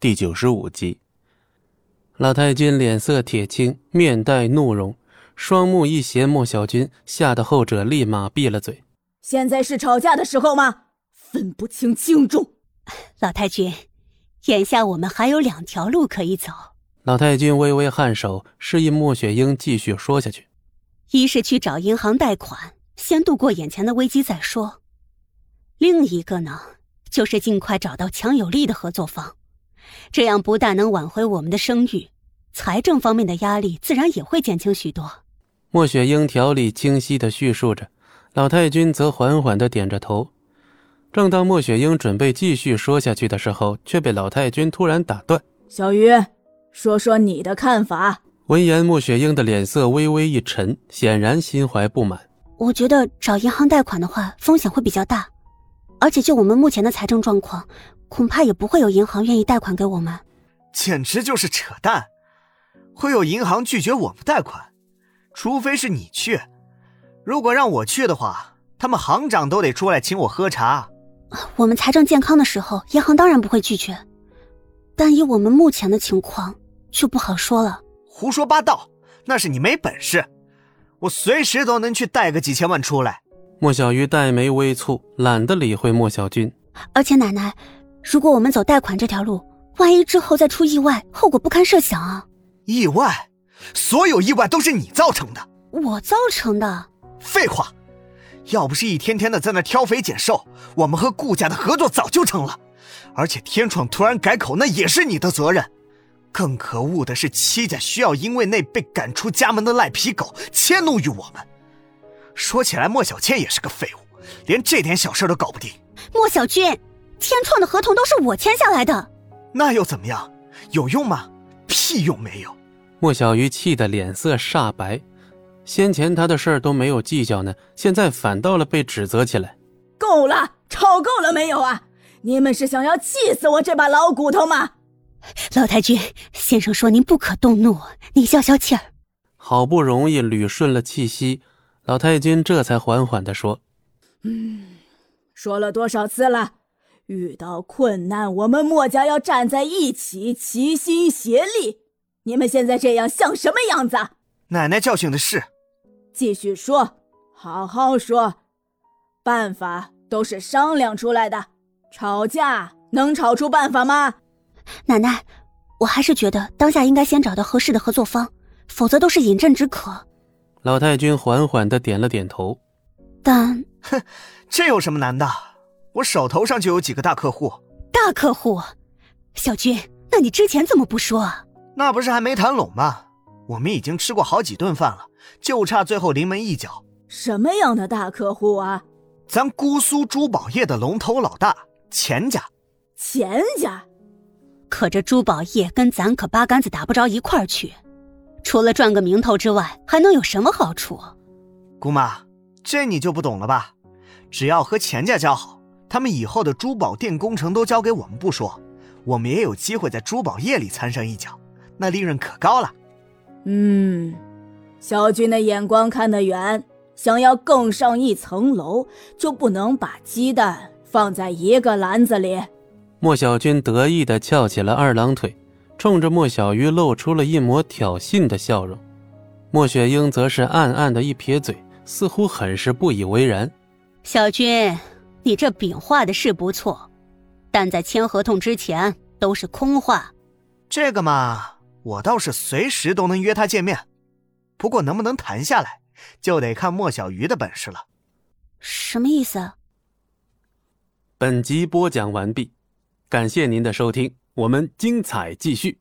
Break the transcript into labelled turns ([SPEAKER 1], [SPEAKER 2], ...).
[SPEAKER 1] 第九十五集。
[SPEAKER 2] 老太君脸色铁青，面带怒容，双目一斜莫小军，吓得后者立马闭了嘴。
[SPEAKER 3] 现在是吵架的时候吗？分不清轻重。
[SPEAKER 4] 老太君，眼下我们还有两条路可以走。
[SPEAKER 2] 老太君微微颔首，示意莫雪英继续说下去。
[SPEAKER 4] 一是去找银行贷款，先度过眼前的危机再说；另一个呢，就是尽快找到强有力的合作方，这样不但能挽回我们的声誉，财政方面的压力自然也会减轻许多。
[SPEAKER 2] 莫雪英条理清晰地叙述着，老太君则缓缓地点着头。正当莫雪英准备继续说下去的时候，却被老太君突然打断：“
[SPEAKER 3] 小鱼，说说你的看法。”
[SPEAKER 2] 闻言，莫雪英的脸色微微一沉，显然心怀不满。
[SPEAKER 4] 我觉得找银行贷款的话，风险会比较大，而且就我们目前的财政状况，恐怕也不会有银行愿意贷款给我们。
[SPEAKER 5] 简直就是扯淡！会有银行拒绝我们贷款，除非是你去。如果让我去的话，他们行长都得出来请我喝茶。
[SPEAKER 4] 我们财政健康的时候，银行当然不会拒绝，但以我们目前的情况，就不好说了。
[SPEAKER 5] 胡说八道，那是你没本事。我随时都能去贷个几千万出来。
[SPEAKER 2] 莫小鱼黛眉微蹙，懒得理会莫小军。
[SPEAKER 4] 而且奶奶，如果我们走贷款这条路，万一之后再出意外，后果不堪设想啊！
[SPEAKER 5] 意外，所有意外都是你造成的。
[SPEAKER 4] 我造成的？
[SPEAKER 5] 废话。要不是一天天的在那挑肥拣瘦，我们和顾家的合作早就成了。而且天闯突然改口，那也是你的责任。更可恶的是，戚家需要因为那被赶出家门的赖皮狗迁怒于我们。说起来，莫小倩也是个废物，连这点小事都搞不定。
[SPEAKER 4] 莫小军，天创的合同都是我签下来的，
[SPEAKER 5] 那又怎么样？有用吗？屁用没有。
[SPEAKER 2] 莫小鱼气得脸色煞白。先前他的事儿都没有计较呢，现在反倒了被指责起来。
[SPEAKER 3] 够了，吵够了没有啊？你们是想要气死我这把老骨头吗？
[SPEAKER 4] 老太君，先生说您不可动怒，您消消气儿。
[SPEAKER 2] 好不容易捋顺了气息，老太君这才缓缓地说：“
[SPEAKER 3] 嗯，说了多少次了？遇到困难，我们墨家要站在一起，齐心协力。你们现在这样像什么样子？啊
[SPEAKER 5] 奶奶教训的是。”
[SPEAKER 3] 继续说，好好说，办法都是商量出来的，吵架能吵出办法吗？
[SPEAKER 4] 奶奶，我还是觉得当下应该先找到合适的合作方，否则都是饮鸩止渴。
[SPEAKER 2] 老太君缓缓的点了点头，
[SPEAKER 4] 但
[SPEAKER 5] 哼，这有什么难的？我手头上就有几个大客户。
[SPEAKER 4] 大客户，小军，那你之前怎么不说啊？
[SPEAKER 5] 那不是还没谈拢吗？我们已经吃过好几顿饭了，就差最后临门一脚。
[SPEAKER 3] 什么样的大客户啊？
[SPEAKER 5] 咱姑苏珠宝业的龙头老大钱家。
[SPEAKER 3] 钱家，
[SPEAKER 4] 可这珠宝业跟咱可八竿子打不着一块儿去，除了赚个名头之外，还能有什么好处？
[SPEAKER 5] 姑妈，这你就不懂了吧？只要和钱家交好，他们以后的珠宝店工程都交给我们不说，我们也有机会在珠宝业里掺上一脚，那利润可高了。
[SPEAKER 3] 嗯，小军的眼光看得远，想要更上一层楼，就不能把鸡蛋放在一个篮子里。
[SPEAKER 2] 莫小军得意地翘起了二郎腿，冲着莫小鱼露出了一抹挑衅的笑容。莫雪英则是暗暗的一撇嘴，似乎很是不以为然。
[SPEAKER 4] 小军，你这饼画的是不错，但在签合同之前都是空话。
[SPEAKER 5] 这个嘛。我倒是随时都能约他见面，不过能不能谈下来，就得看莫小鱼的本事了。
[SPEAKER 4] 什么意思？啊
[SPEAKER 2] 本集播讲完毕，感谢您的收听，我们精彩继续。